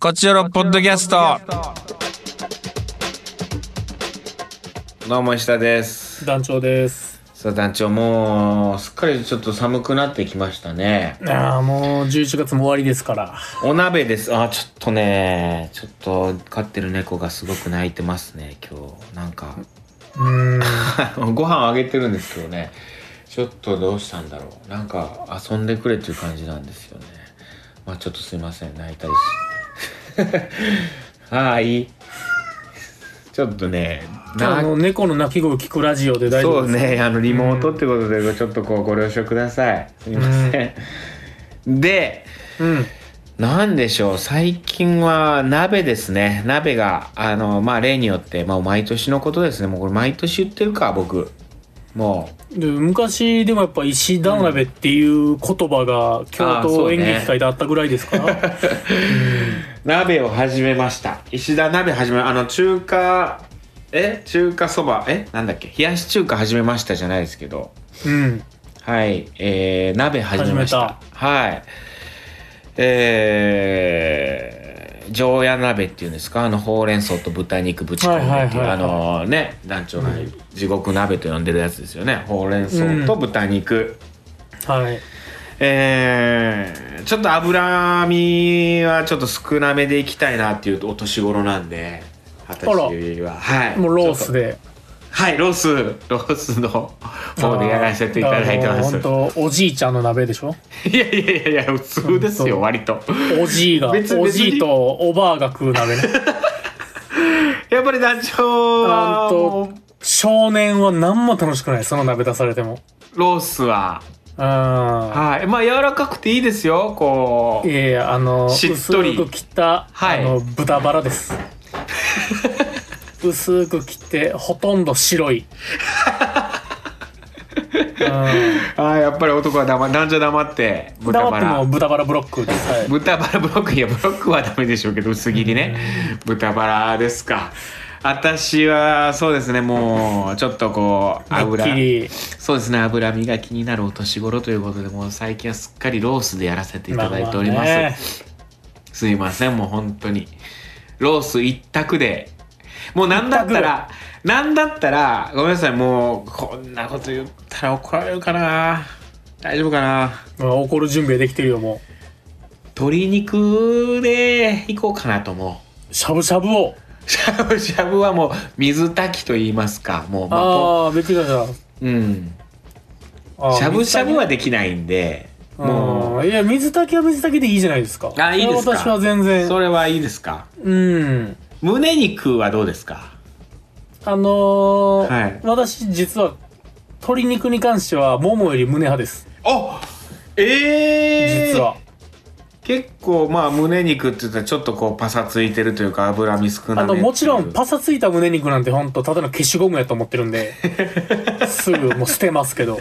こちらのポッドキャスト。どうも石田です。団長ですさあ団長もうすっかりちょっと寒くなってきましたね。ああもう11月も終わりですからお鍋です。あちょっとねちょっと飼ってる猫がすごく泣いてますね今日なんかうー んご飯あげてるんですけどねちょっとどうしたんだろうなんか遊んでくれっていう感じなんですよね。まあちょっとすいません泣いたりし。 はーい。ちょっとねあの猫の鳴き声を聞くラジオで大丈そ夫うですねあのリモートってことでちょっとこうご了承くださいすみませんでうんなんでしょう最近は鍋ですね鍋があのまあ例によって、まあ、毎年のことですねもうこれ毎年言ってるか僕もで昔でもやっぱ石田鍋っていう言葉が京都演劇界であったぐらいですから、う鍋を始めました石田鍋始めあの中華え中華そばえなんだっけ冷やし中華始めましたじゃないですけどうんはい、えー、鍋始めました。はい。えー、常夜鍋っていうんですか、あの、ほうれん草と豚肉ぶち込んでっていう、はいはいはいはいあのね、団長が地獄鍋と呼んでるやつですよね。ほうれん草と豚肉。はいえー、ちょっと脂身はちょっと少なめでいきたいなっていうお年頃なんで、私は。はい。もうロースではい、ロース、ロースの方でやらせていただいてますあ。のもう本当おじいちゃんの鍋でしょいやいやいやいや普通ですよ割とおじいが別におじいとおばあが食う鍋ねやっぱり団長あはんもと少年は何も楽しくないその鍋出されてもうロースはうんははいまあ柔らかくていいですよこういやいやあのしっとり薄く切った、はいあの豚バラです 薄く切ってほとんど白いうあーやっぱり男は黙男女黙ってん豚黙バってもラ豚バラブロックです、はい豚バラブロックいやブロックはダメでしょうけど薄切りね豚バラですか私はそうですねもうちょっとこうはっ油きりそうですね脂身が気になるお年頃ということでもう最近はすっかりロースでやらせていただいております、ああねすいませんもう本当にロース一択でもうなんだったらなんだったらごめんなさいもうこんなこと言ったら怒られるかな大丈夫かなまあ怒る準備はできてるよも鶏肉でいこうかなと思ううしゃぶしゃぶを しゃぶしゃぶはもう水炊きと言いますかもうまあぽああーびっくりしたうんあーしゃぶしゃぶはできないんでももうんいや水炊きは水炊きでいいじゃないですかあいいですかそれは私は全う然それはいいですかうん胸肉はどうですかあのーはい私実は鶏肉に関してはももより胸派ですあええ実は、結構まあ胸肉って言ったらちょっとこうパサついてるというか脂身少なめあのもち ろんパササついた胸肉なんてほんとただの消しゴムやと思ってるん ですぐもう捨てますけど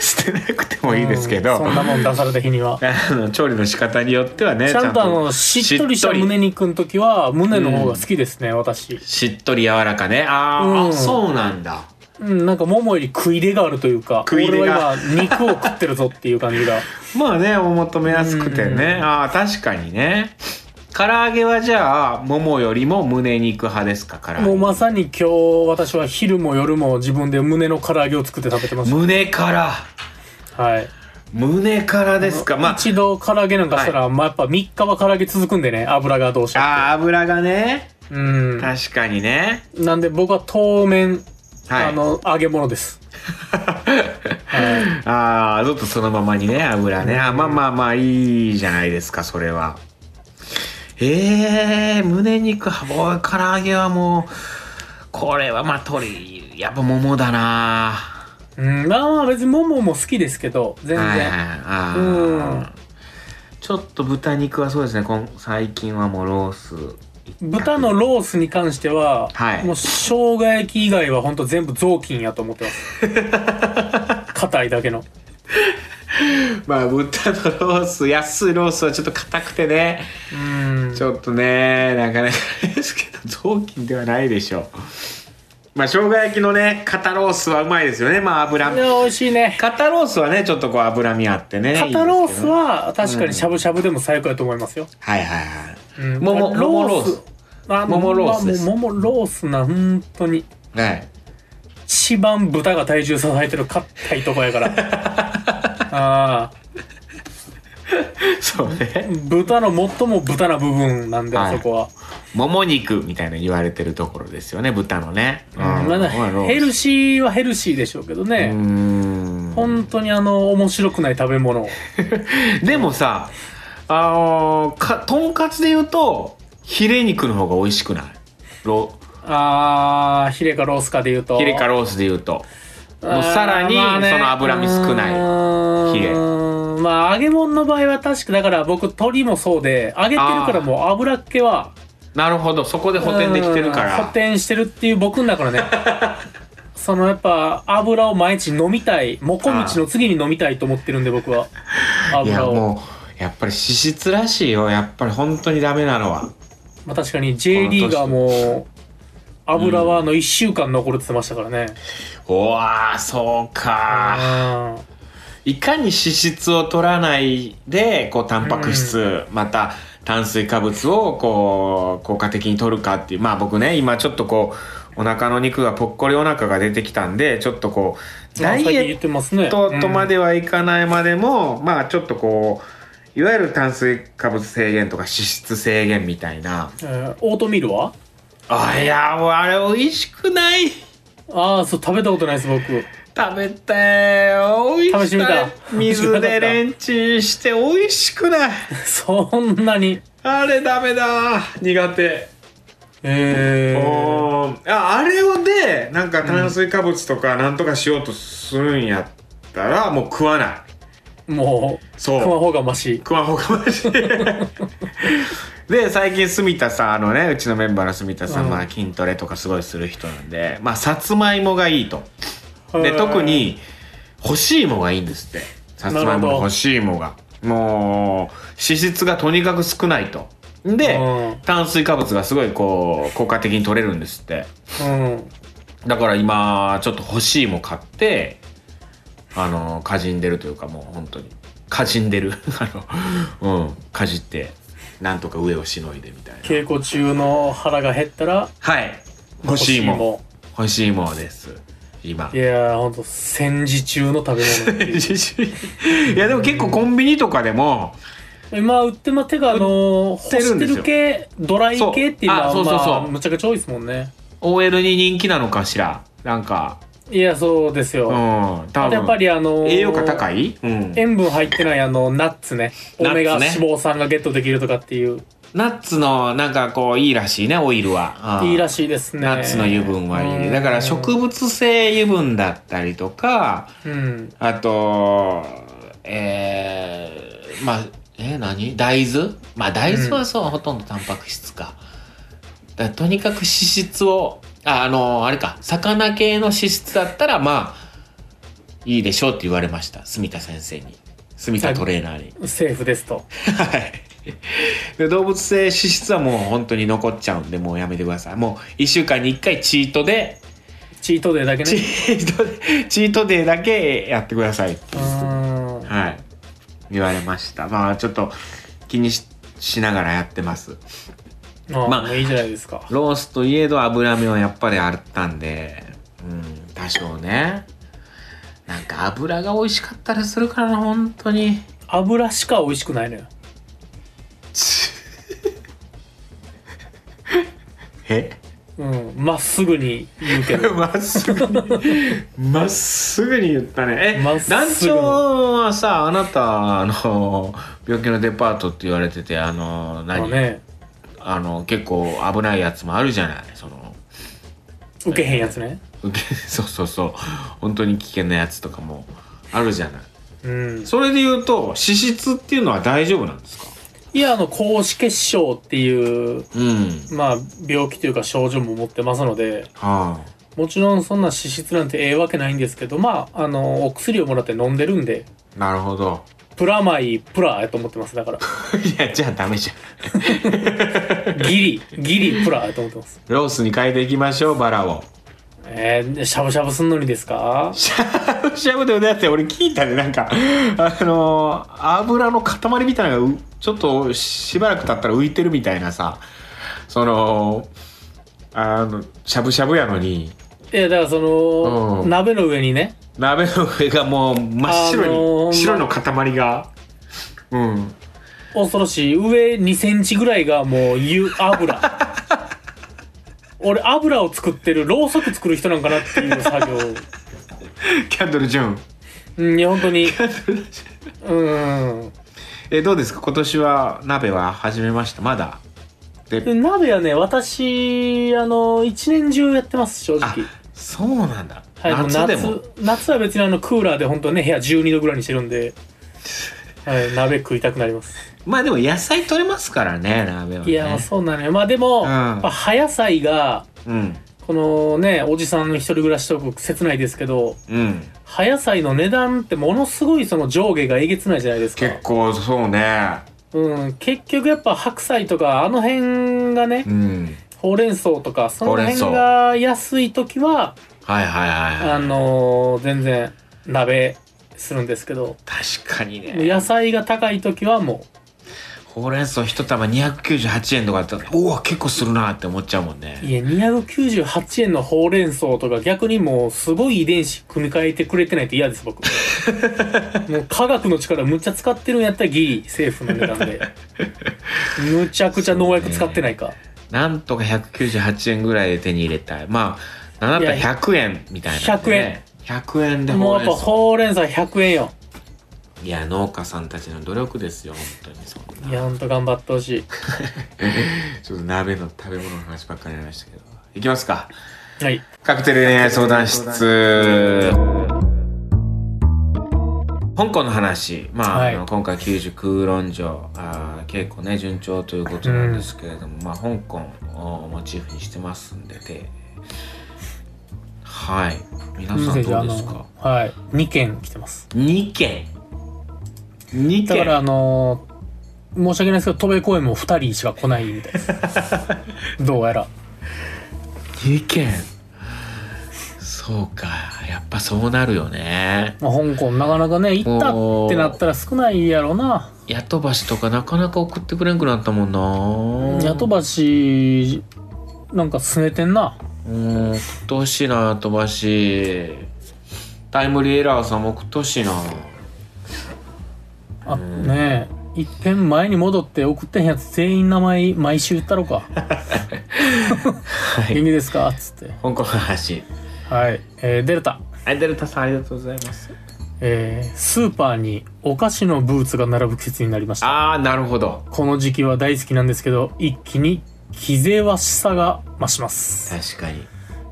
してなくてもいいですけど、うんそんなもん出された日にはあの調理の仕方によってはねちゃんとあのしっとりした胸肉の時は胸の方が好きですね、私、しっとり柔らかねあー、うんあそうなんだうん、なんかももより食い出があるというか食い出が俺は今肉を食ってるぞっていう感じがまあねお求めやすくてねああ確かにね唐揚げはじゃあももよりも胸肉派ですか唐揚げもうまさに今日私は昼も夜も自分で胸の唐揚げを作って食べてます胸からはい胸からですかまあ一度唐揚げなんかしたら、まあやっぱ3日は唐揚げ続くんでね油がどうしよあー油がねううん確かにねなんで僕は当面、はいあの揚げ物ですああ、ちょっとそのままにね、油ね。あまあまあまあ、いいじゃないですか、それは。ええー、胸肉、おい唐揚げはもう、これはまあ、鳥、やっぱ桃だな。うんまあまあ別にももも好きですけど全然、はいはいあーうんちょっと豚肉はそうですね、こん最近はもうロース。豚のロースに関しては、はいもう生姜焼き以外は本当全部雑巾やと思ってま す硬いだけの まあ、豚のロース、安いロースはちょっと硬くてね、うんちょっとね、なかなかですけど、雑巾ではないでしょう。まあ、生姜焼きのね、肩ロースはうまいですよね。まあ、い脂、や美味しいね肩ロースはね、ちょっとこう脂身あってね。いいですけど肩ロースは確かにしゃぶしゃぶでも最高やと思いますよ、はいはいはい。うん桃桃ロースあ桃ロースですまあもう桃ロースな本当にはい一番豚が体重支えてる硬いとこや からああそうね豚の最も豚な部分なんで、はいあそこは、もも肉みたいな言われてるところですよね豚のね、うんまあ、ヘルシーはヘルシーでしょうけどうーね、ん本当にあの面白くない食べ物でもさあのーかとんかつで言うとヒレ肉の方が美味しくないロあーヒレかロースかで言うとヒレかロースで言うともうさらにその脂身少ないヒレレまあ揚げ物の場合は確かだから僕鶏もそうで揚げてるからもう油っ気はなるほどそこで補填できてるかうんら補填してるっていう僕の中 のねそのやっぱ油を毎日飲みたいもこみちの次に飲みたいと思ってるんで僕はいや油をもうやっぱり脂質らしいよやっぱり本当にダメなのはまあ、確かに J リーガーも油はあの1週間残るって言ってましたからね、うわーそうかあいかに脂質を取らないでこうタンパク質、また炭水化物をこう効果的に取るかっていうまあ僕ね今ちょっとこうお腹の肉がぽっこりお腹が出てきたんでちょっとこうダイエッ言ってますねととまではいかないまでも、まあちょっとこういわゆる炭水化物制限とか脂質制限みたいなうんえーオートミールはあいやもうあれ美味しくないああそう食べたことないです僕 食べたよ美味しくない試してみた水でレンチンして美味しくないそんなにあれダメだ苦手えー、おーああれをでなんか炭水化物とかなんとかしようとするんやったらもう食わないもうそう食わん方がマシ食わんほうがマジでで最近住田さんあのねうちのメンバーの住田さん、うんまあ、筋トレとかすごいする人なんでまあさつまいもがいいとでえー特に干し芋がいいんですってさつまいなるもほのど干し芋がもう脂質がとにかく少ないとでうん炭水化物がすごいこう効果的に取れるんですってうんだから今ちょっと干し芋買ってあのかじんでるというかもう本当にかじんでる あのうんかじってなんとか上をしのいでみたいな稽古中の腹が減ったらはい干し芋干し芋です今いやーほんと戦時中の食べ物っていう いやでも結構コンビニとかでも 今売ってまてかあのーて干るんでしてすよる系ドライ系っていうのはそうあそうそうそうまあ、むちゃくちゃ多いですもんね OL に人気なのかしらなんかいやそうですうんよ、多あとやっぱ分りあのー栄養価高い、うん、塩分入ってないあのナッツねナッツねオメガ脂肪酸がゲットできるとかっていうナッツのなんかこういいらしいねオイルは、うんいいらしいですねナッツの油分はいい。だから植物物性油分だったりとか、うんあと、えー、まあ、えー何大豆まあ大豆はそう、ほとんどタンパク質か。だからとにかく脂質を、あ、あのあれか、魚系の脂質だったら、まあ、いいでしょうって言われました。住田先生に。住田トレーナーに。セーフですとはい。で動物性脂質はもう本当に残っちゃうんでもうやめてくださいもう1週間に1回チートでチートデーだけチねートデイチートデイだけやってください。うーんはい。言われました。まあちょっと気にししながらやってます。ままああいいじゃないですかロースといえど脂身はやっぱりあったんで、うん、多少ね。なんか油が美味しかったりするからな、本当に。油しか美味しくないのよえうんまっすぐに言うけ どまっすぐに、まっすぐに言ったね。え、ま団っすぐに長はさ、あなた、あの、病気のデパートって言われてて、あの、あ何、のねあの結構危ないやつもあるじゃないその受けへんやつね受け そうそうそう本当に危険なやつとかもあるじゃないうんそれで言うと脂質っていうのは大丈夫なんですかいやあの高脂血症っていううんまあ病気というか症状も持ってますのではもちろんそんな脂質なんてええわけないんですけどまああのお薬をもらって飲んでるんであなるほど プラマイプラやと思ってますだからいやじゃあダメじゃんギリギリプラやと思ってますロースに変えていきましょうバラを えー、しゃぶしゃぶすんのにですかしゃぶしゃぶでだって俺聞いたでなんかあのー油の塊みたいなのがうちょっとしばらく経ったら浮いてるみたいなさそのあのしゃぶしゃぶやのにいや、だからその、うん鍋の上にね、鍋の上がもう真っ白に、あのー白の塊がうん恐ろしい。上2センチぐらいがもう油、油。 俺、油を作ってる、ろうそく作る人なんかなっていう作業。キャンドル・ジュンうん、いや、本当に。うん。えどうですか今年は鍋は始めましたまだで鍋はね、私、あの、一年中やってます、正あ直。そうなんだ、はい、もう夏でも夏夏は別にあのクーラーで本当ね部屋12度ぐらいにしてるんで、はい、鍋食いたくなりますまあでも野菜取れますからね鍋は、ね、いや、まあそうなのよまあでも、うんやっぱ葉野菜がうんこのねおじさんの一人暮らしとか切ないですけどうん葉野菜の値段ってものすごいその上下がえげつないじゃないですか結構そうねうん、結局やっぱ白菜とかあの辺がね、うんほうれん草とかその辺ほうが安い時ははいはいはい、あはい、のー全然鍋するんですけど確かにね野菜が高い時はもほうれん草一玉298円とかだったらおお結構するなって思っちゃうもんねういや298円のほうれん草とか逆にもうすごい遺伝子組み替えてくれてないと嫌です僕もう科学の力むっちゃ使ってるんやったらギリセーフの値段でむちゃくちゃ農薬使ってないか、なんとか198円ぐらいで手に入れたいまあなんだったら100円みたいな、ね、100円でほうもうやれっんぱ草ほうれん草100円よいや農家さんたちの努力ですよ本当にそんないやほんと頑張ってほしちょっと鍋の食べ物の話ばっかりになりましたけど。いきますか。いはいカクテル恋愛相談室。香港の話、まあはいあの今回90空論城あー結構ね順調ということなんですけれども、まあ、香港をモチーフにしてますんでではい皆さんどうですかあのはい2件来てます2件2件だからあのー申し訳ないですけど戸辺公園も2人しか来ないみたいです どうやら2件そうかやっぱそうなるよねまあ、香港なかなかね行ったってなったら少ないやろなヤトバシとかなかなか送ってくれんくなったもんなヤトバシなんか拗ねてんなうん送ってほしいなヤトバシタイムリーエラーさんも送ってほしいなあねえいっぺん前に戻って送ってんやつ全員名前毎週言った ろかはい 元気ですかっつって香港の話はい、えーデルタアイデルタさんありがとうございますえースーパーにお菓子のブーツが並ぶ季節になりましたああなるほどこの時期は大好きなんですけど一気に気ぜわしさが増します確かに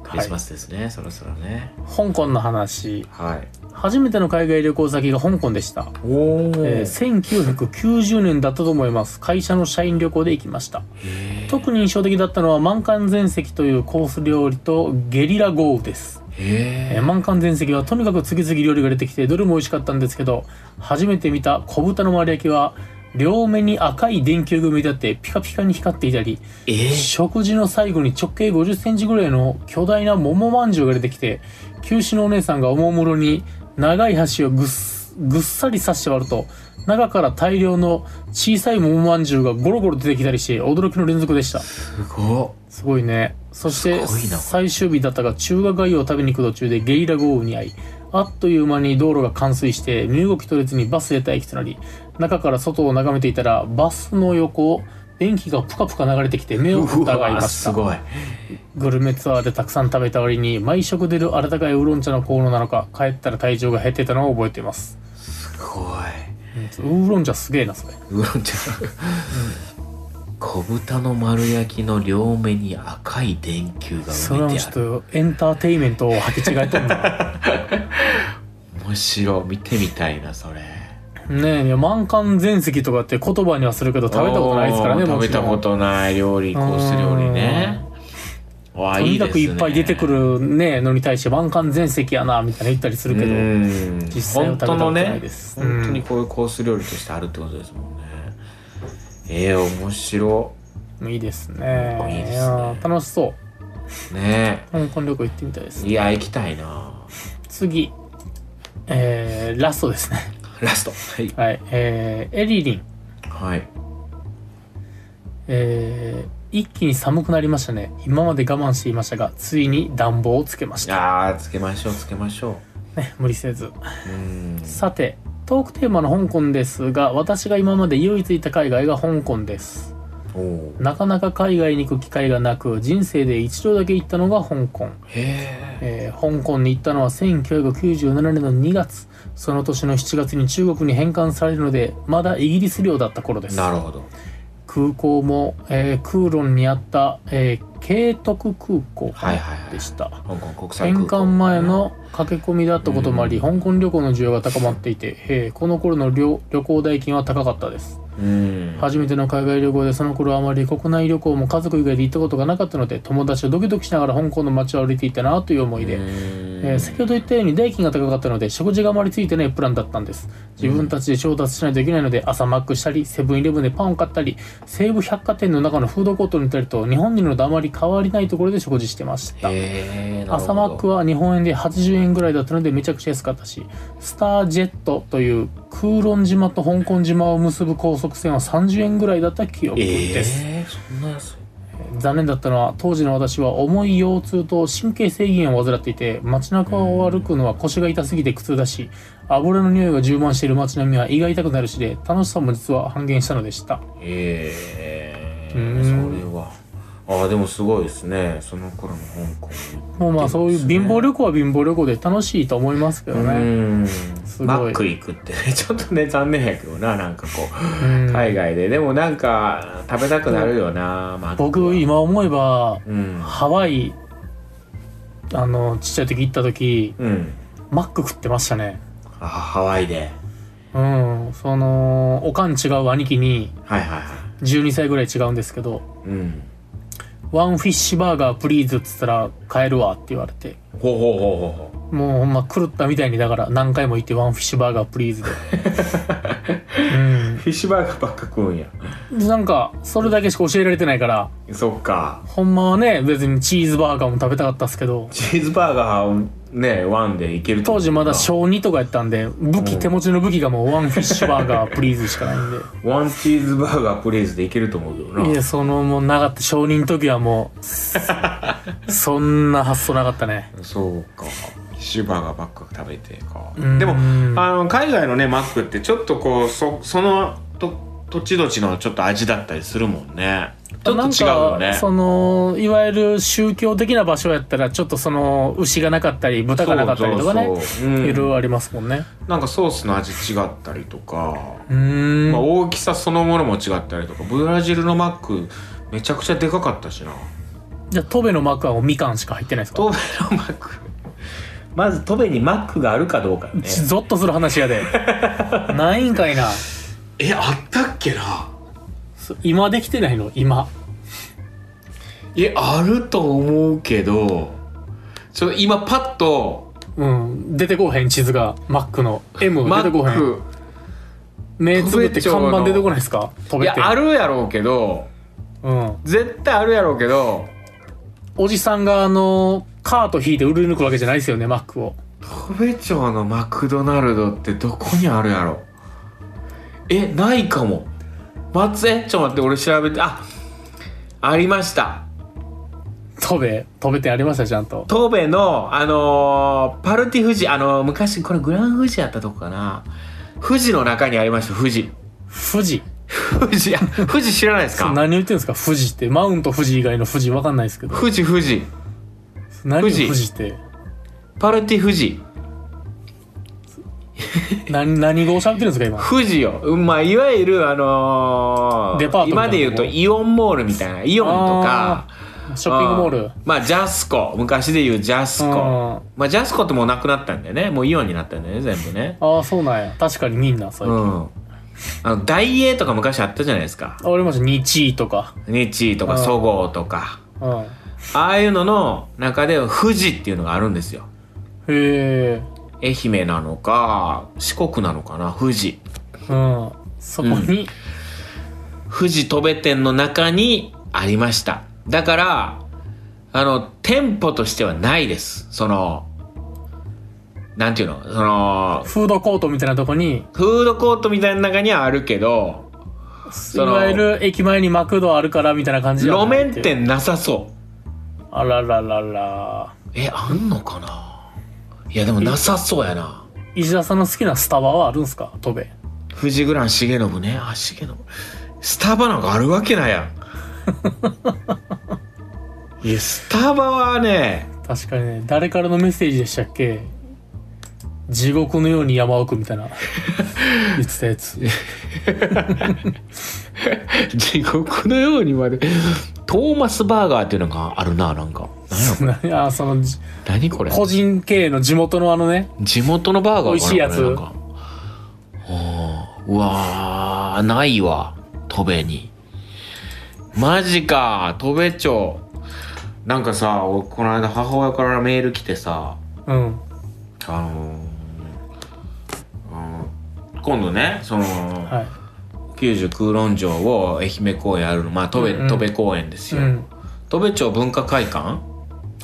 クリスマスですね、そろそろね香港の話はい初めての海外旅行先が香港でしたおおえー1990年だったと思います会社の社員旅行で行きました特に印象的だったのは満館全席というコース料理とゲリラ豪雨です、えーえ満館全席はとにかく次々料理が出てきてどれも美味しかったんですけど初めて見た小豚の丸焼きは両目に赤い電球が埋め立ってピカピカに光っていたりえー食事の最後に直径50センチぐらいの巨大な桃まんじゅうが出てきて、九死のお姉さんがおもむろに長い箸をぐっすぐっさり刺して割ると、中から大量の小さい桃まんじゅうがゴロゴロ出てきたりして驚きの連続でした。すごすごいね。そしてすごいな最終日だったが中華街を食べに行く途中でゲリラ豪雨に遭い、あっという間に道路が冠水して身動き取れずにバスへ待機となり、中から外を眺めていたらバスの横を電気がプカプカ流れてきて目をう疑いまわしすた。ごいグルメツアーでたくさん食べた割に毎食出る温かいウーロン茶の効能なのか帰ったら体重が減ってたのを覚えています、すごいうんウーロン茶すげえなそれウーロン茶小豚の丸焼きの両目に赤い電球がそれ埋はめてちあるょっとエンターテインメントを履き違えとんな面白い見てみたいなそれねえいや満館全席とかって言葉にはするけど食べたことないですからねおーも食べちろたんことない料理コース料理ねわあといいにですかくねいっぱい出てくるねのに対して満館全席やなみたいな言ったりするけど、うん実際は食べたことないです本当のね本当うにんこういうコース料理としてあるってことですもんねえー、面白いいですねいいですねや楽しそうね香港旅行行ってみたいですえいや行きたいな次えー、ラストですね ラストはいはいえー、エリリンはいえー一気に寒くなりましたね今まで我慢していましたがついに暖房をつけました、あーつけましょうつけましょね、無理せずううんさてトークテーマの香港ですが私が今まで唯一いた海外が香港ですおおなかなか海外に行く機会がなく人生で一度だけ行ったのが香港、へええー香港に行ったのは1997年の2月その年の7月に中国に返還されるのでまだイギリス領だった頃ですなるほど空港も、えー空論にあった、えー慶徳空港はいはいはいでした、香港国際空返港還前の駆け込みだったこともあり、香港旅行の需要が高まっていて、えーこの頃の旅旅行代金は高かったですうん初めての海外旅行でその頃あまり国内旅行も家族以外で行ったことがなかったので友達とドキドキしながら香港の街を歩いていたなという思いで、ええー先ほど言ったように代金が高かったので食事があまりついてないプランだったんです自分たちで調達しないといけないので朝マックしたりセブンイレブンでパンを買ったり西武百貨店の中のフードコートに行ったりと日本人のとあまり変わりないところで食事してましたへえなるほど朝マックは日本円で80円ぐらいだったのでめちゃくちゃ安かったしスタージェットという空論島と香港島を結ぶ高速船は30円ぐらいだった記憶です、えー、そんな安い残念だったのは当時の私は重い腰痛と神経制限を患っていて街中を歩くのは腰が痛すぎて苦痛だし油の匂いが充満している街並みは胃が痛くなるしで楽しさも実は半減したのでしたええうそんれはああでもすごいですねその頃の香港もうまあそういう貧乏旅行は貧乏旅行で楽しいと思いますけどうねんすごいマック行くってね ちょっとね残念やけどななんかこううん海外ででもなんか食べたくなるよなマックは僕今思えばうんハワイあのちっちゃい時行った時うんマック食ってましたねあハワイでうんそのおかん違う兄貴にはいはいはい12歳ぐらい違うんですけどうん「ワンフィッシュバーガープリーズ」っつったら「買えるわ」って言われてほうほうほうほうほもうほんま狂ったみたいにだから何回も言って「ワンフィッシュバーガープリーズで」うフィッシュバーガーばっか食うんやうんなんかそれだけしか教えられてないからそっかほんまはね別にチーズバーガーも食べたかったっすけどチーズバーガーをねワンでいけると当思う時まだ小2とかやったんで武器手持ちの武器がもうワンフィッシュバーガープリーズしかないんでワンチーズバーガープレイズでいけると思うけどないやそのもうなかった承認の時はもうそ そんな発想なかったねそうかシュバーガーばっか食べてかうんでもあの海外のねマックってちょっとこうそそのと土地土地のちょっと味だったりするもんねちょっと違うよなんねかそのいわゆる宗教的な場所やったらちょっとその牛がなかったり豚がなかったりとかねそうそうそううんいろいろありますもんねなんかソースの味違ったりとか、うーん、まあ、大きさそのものも違ったりとかブラジルのマックめちゃくちゃでかかったしなじゃあトベのマークはもうみかんしか入ってないですかトベのマックまずトベにマックがあるかどうかよねゾッとする 話やでないんかいなえあったっけなそ今できてないの今えあると思うけどちょっと今パッとうん出てこうへん地図がマックの M マ出てこうッへんク目つぶって看板出てこないですかトいベっやてあるやろうけどうん絶対あるやろうけどおじさんがあのカート引いて売り抜くわけじゃないですよねマックを戸部町のマクドナルドってどこにあるやろえないかも松江ちょっと待って俺調べてあありました飛べ飛べてありましたちゃんと東部の、あのーパルティ富士、あのー昔、これグラン富士やったとこかな。富士の中にありました、富士。富士富士、あ富士知らないですか何を言ってるんですか富士ってマウント富士以外の富士わかんないですけど富士、富士。何を富士富士ってパルティ富士。何何語を喋ってるんですか今富士よ。うんまあ、いわゆる、あのーデパートみたいな今で言うとイオンモールみたいな、イオンとか、ショッピングモールうんまあ、ジャスコ。昔で言うジャスあコ。まあ、ジャスコってもうなくなったんだよね。もうイオンになったんだよね、全部ね。ああそうなんや確かにみんな最う近、ん。あの、ダイエーとか昔あったじゃないですか。ありました日位とか日とか、うんそごうとか。うんへああいうのの中で富士っていうのがあるんですよ。え愛媛なのか、四国なのかな、富士。うんそこに、富士戸部店の中にありました。だから、ああの、店舗としてはないです。その、なんていうのその、フードコートみたいなとこにフードコートみたいな中にはあるけど、いのわゆる駅前にマクドあるからみたいな感じじゃな路い面っていう店なさそう。あららららえ、あんのかないや、でもなさそうやな。石田さんの好きなスタバはあるんすか戸部藤グラン重信ね。あ、重信。スタバなんかあるわけないや ん。いや、スタバはね、確かにね誰からのメッセージでしたっけ地獄のように山奥みたい な言ってたやつ地獄のようにまで。トーマスバーガーっていうのがあるな、なんか。何やろ あそのじ何これ個人経営の地元のあのね地元のバーガーかな美味しいやつこれなんかあーうわー、ないわ。戸辺に。マジか、戸辺町。なんかさ、俺この間母親からメール来てさ、うんあのーあの今度ね、その、は九十空論城を愛媛公園やるの、まあ、戸うんうん辺、戸辺公園ですい、うよ。ん戸辺町文化会館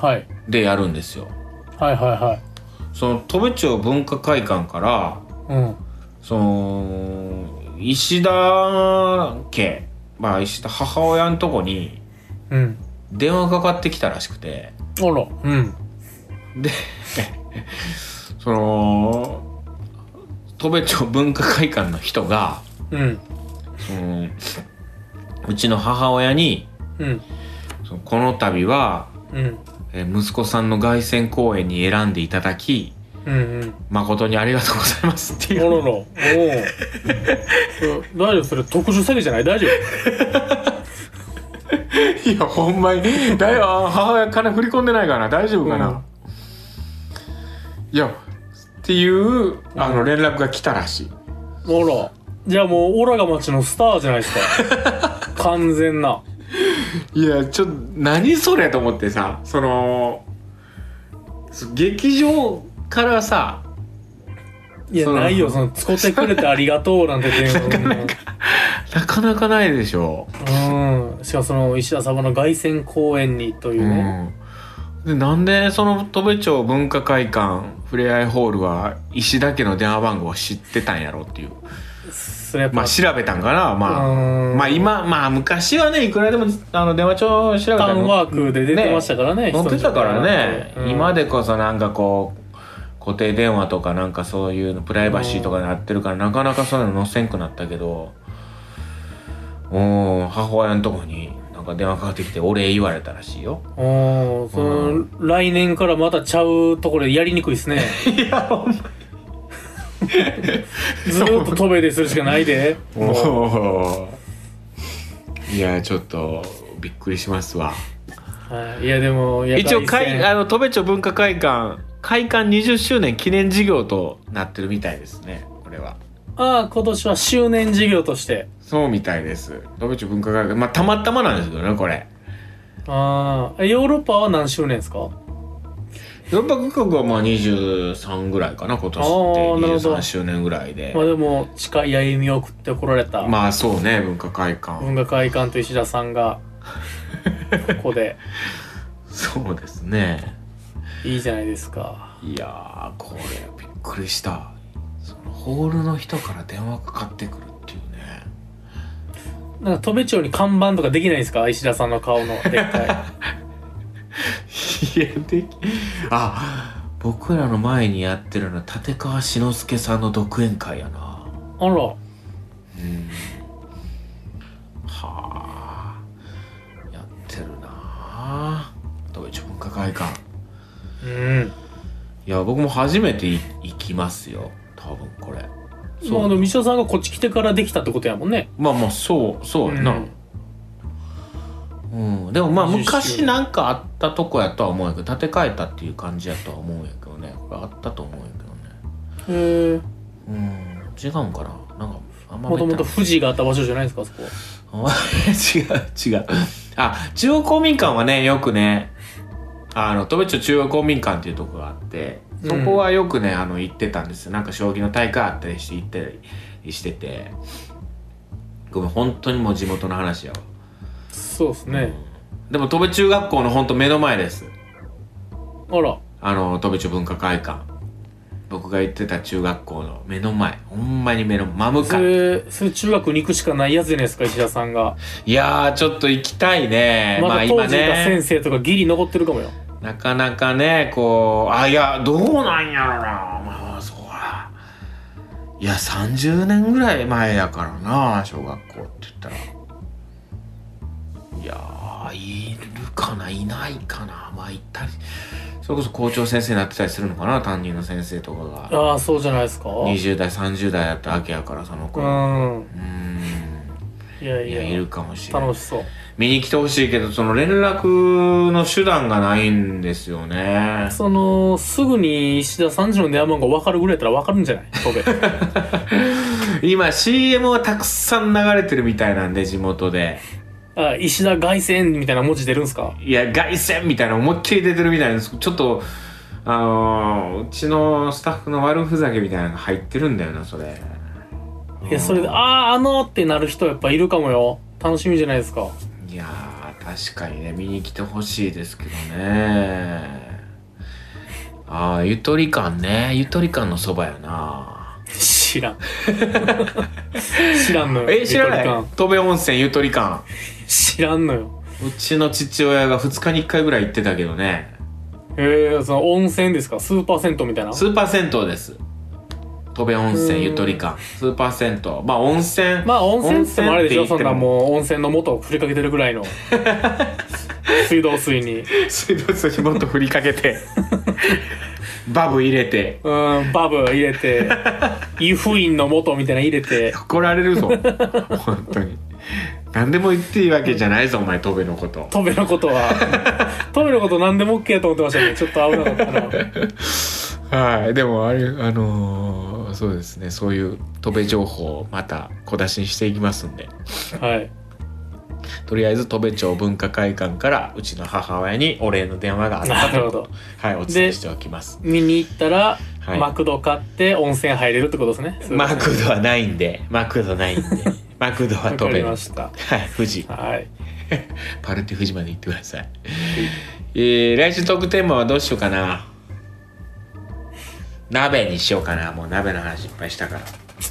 はい、でやるんですよ。はいはいはその戸辺町文化会館から、いうんその石田家まあ石田母親のとこにうん電話かかってきたらしくてあらうんでその戸部町文化会館の人がうんそのうちの母親にうんそのこの度はうんえー息子さんの凱旋公演に選んでいただきうんうん誠にありがとうございますっていあららうおお 大丈夫それ特殊詐欺じゃない大丈夫いやほんまにだよ母親金振り込んでないからな大丈夫かな、うんいやっていうあの連絡が来たらしい、ほら。じゃあもう、オラが町のスターじゃないで すか。完全な。いやちょっと何それと思ってさそのそ劇場からさいや、そうないよ、その、使ってくれてありがとうなんて電話。 なかなかないでしょ、うん。しかもその、石田様の凱旋公演にといううね。ん、でなんでその戸部町文化会館ふれあいホールは石田家の電話番号を知ってたんやろっていうそれやっぱ、まあ調べたんかなまあ、うん。まあ今まあ昔はねいくらでもあの電話帳調べタたウンワークで出てましたからね。載ってたからね、うん今。でこそなんかこう固定電話とかなんかそういうのプライバシーとかになってるから、なかなかそういうの載せんくなったけどうん母親のとこになんか電話かかってきてお礼言われたらしいようん。その、来年からまたちゃうところでやりにくいですね。 いやほんまずーっと飛べでするしかな いで。もおーいやちょっとびっくりしますわうはいいや、でも、やっぱ一応一会戦あの戸部町文化会館開館20周年記念事業となってるみたいですねこれは。ああ、今年は周年事業として。そうみたいです。野口文化会館。まあ、たまたまなんですけどね、これ。ああ、えヨーロッパは何周年ですかヨーロッパ区画はまあ23ぐらいかな、今年あーなるっほて。ど23周年ぐらいでま。あでも、近い歩みを送ってこられたまあ、そうね、文化会館。文化会館と石田さんが、ここで、そうですね。いいじゃないですか。いやー、これ、びっくりした。そのホールの人から電話かかってくるっていうね。なんか、戸部町に看板とかできないですか石田さんの顔の、でっ かいや、でき、あ、僕らの前にやってるのは立川志の輔さんの独演会やな。い。あら、うんはあやってるなあドイツ文化会館うん。いや僕も初めてい行きますよ多分これまあ、そあうの、石田さんがこっち来てからできたってことやもんね。まあまあそうそうやな、うんうんでもまあ20昔なんかあったとこやとは思うんやけど建て替えたっていう感じやとは思うんやけどねこれあったと思うんやへけえ。どねうん違うんかななんかあんまもともとベ富士があった場所じゃないですか、そこ。タな 違う違うあ中央公民館はねよくねあの戸部町中央公民館っていうとこがあってそこはよくね、あの行ってたんですよなんか将棋の大会あったりして行ったりしててごめん本当にもう地元の話やわそうですね。でも戸部中学校のほんと目の前ですあらあの戸部中文化会館僕が行ってた中学校の目の前ほんまに目の真向そかいれそれ中学に行くしかないやつじゃないですか石田さんがいやーちょっと行きたいねままあだ当今時いたね先生とかギリ残ってるかもよなかなかねこうあいやどうなんやろなまあそうやいや30年ぐらい前やからな小学校って言ったらいやーいるかないないかなまあ行ったりそれこそ校長先生になってたりするのかな担任の先生とかがああそうじゃないですかう20代30代だったわけやからその子うんんいやいいややいるかもしれない楽しそう見に来てほしいけどその連絡の手段がないんですよねそのすぐに石田さんちの電話番号分かるぐらいやったら分かるんじゃない戸部 今 CM はたくさん流れてるみたいなんで地元であ石田凱旋みたいな文字出るんすかいや凱旋みたいな思いっきり出てるみたいなんですけどちょっとあのーうちのスタッフの悪ふざけみたいなのが入ってるんだよなそれいやそれで「あああの」ってなる人やっぱいるかもよ楽しみじゃないですかいやー確かにね見に来てほしいですけどねああゆとり館ねゆとり館のそばやな 知らん知らんのよえ知らないゆとり戸部温泉ゆとり館館知らんのようちの父親が2日に1回ぐらい行ってたけどねえー、その温泉ですかスーパー銭湯みたいなスーパー銭湯です戸部温うん泉ゆとり館スーパー銭湯まあ温泉まあ温泉っつってもあれでしょそんなうもう温泉の元を振りかけてるぐらい の水道水に水道水もっと振りかけて バブ入れてうんバブ入れて湯布院の元みたいなの入れて怒られる ぞ本当に何でも言っていいわけじゃないぞお前戸部のことトベのことはトベのこと何でも OK やと思ってましたけどちょっと危なかったなはいでもあれあのーそうですねそういう戸部情報をまた小出しにしていきますんではいとりあえず戸部町文化会館からうちの母親にお礼の電話があったなるとほどはいお伝えしておきます見に行ったら、はいマクド買って温泉入れるってことですねマクドはないんでマクドないん でマクドはわか戸り部まのしたはい富士はいパルテ富士まで行ってください、えー、来週トークテーマはどうしようかな鍋にしようかなもう鍋の話いっぱいしたから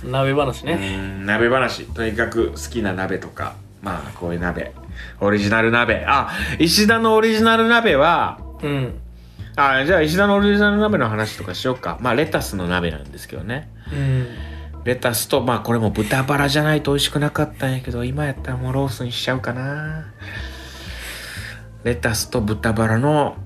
鍋話うね、ーん鍋話とにかく好きな鍋とかまあこういう鍋オリジナル鍋あ石田のオリジナル鍋はうんあじゃあ石田のオリジナル鍋の話とかしようかまあレタスの鍋なんですけどねうんレタスとまあこれも豚バラじゃないと美味しくなかったんやけど今やったらもうロースにしちゃうかなレタスと豚バラの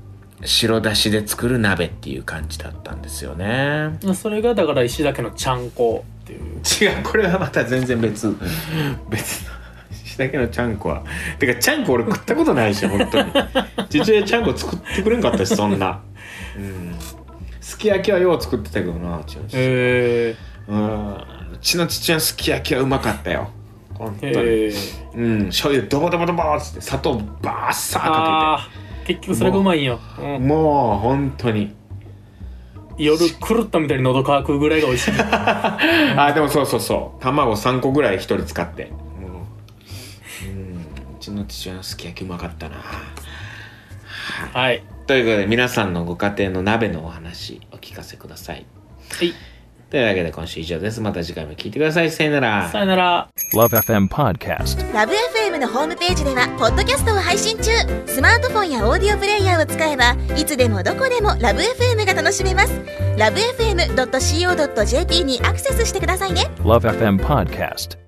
白だしで作る鍋っていう感じだったんですよねまあそれがだから石田家のちゃんこっていう違うこれはまた全然別別の話だけのちゃんこはてかちゃんこ俺食ったことないし本当に父親ちゃんこ作ってくれんかったしそんなうんすき焼きはよう作ってたけどなうちの父親えうんうちの父親すき焼きはうまかったよ本当ー、に、えー、うん醤油ドボドボドボーっつって砂糖バーッサーかあー結局それがうまいんよ、うけてんもう本当に夜狂ったみたいに喉乾くぐらいが美味しいあでもそうそうそう卵3個ぐらい1人使ってもううんうちの父親のすき焼きうまかったなはいということで皆さんのご家庭の鍋のお話お聞かせくださいはいというわけで今週以上ですまた次回も聞いてくださいさよならさよなら Love FM Podcast. ラブ f m のホームページではポッドキャストを配信中スマートフォンやオーディオプレイヤーを使えばいつでもどこでもラブ f m が楽しめますラブ FM.co.jp にアクセスしてくださいね Love FM Podcast.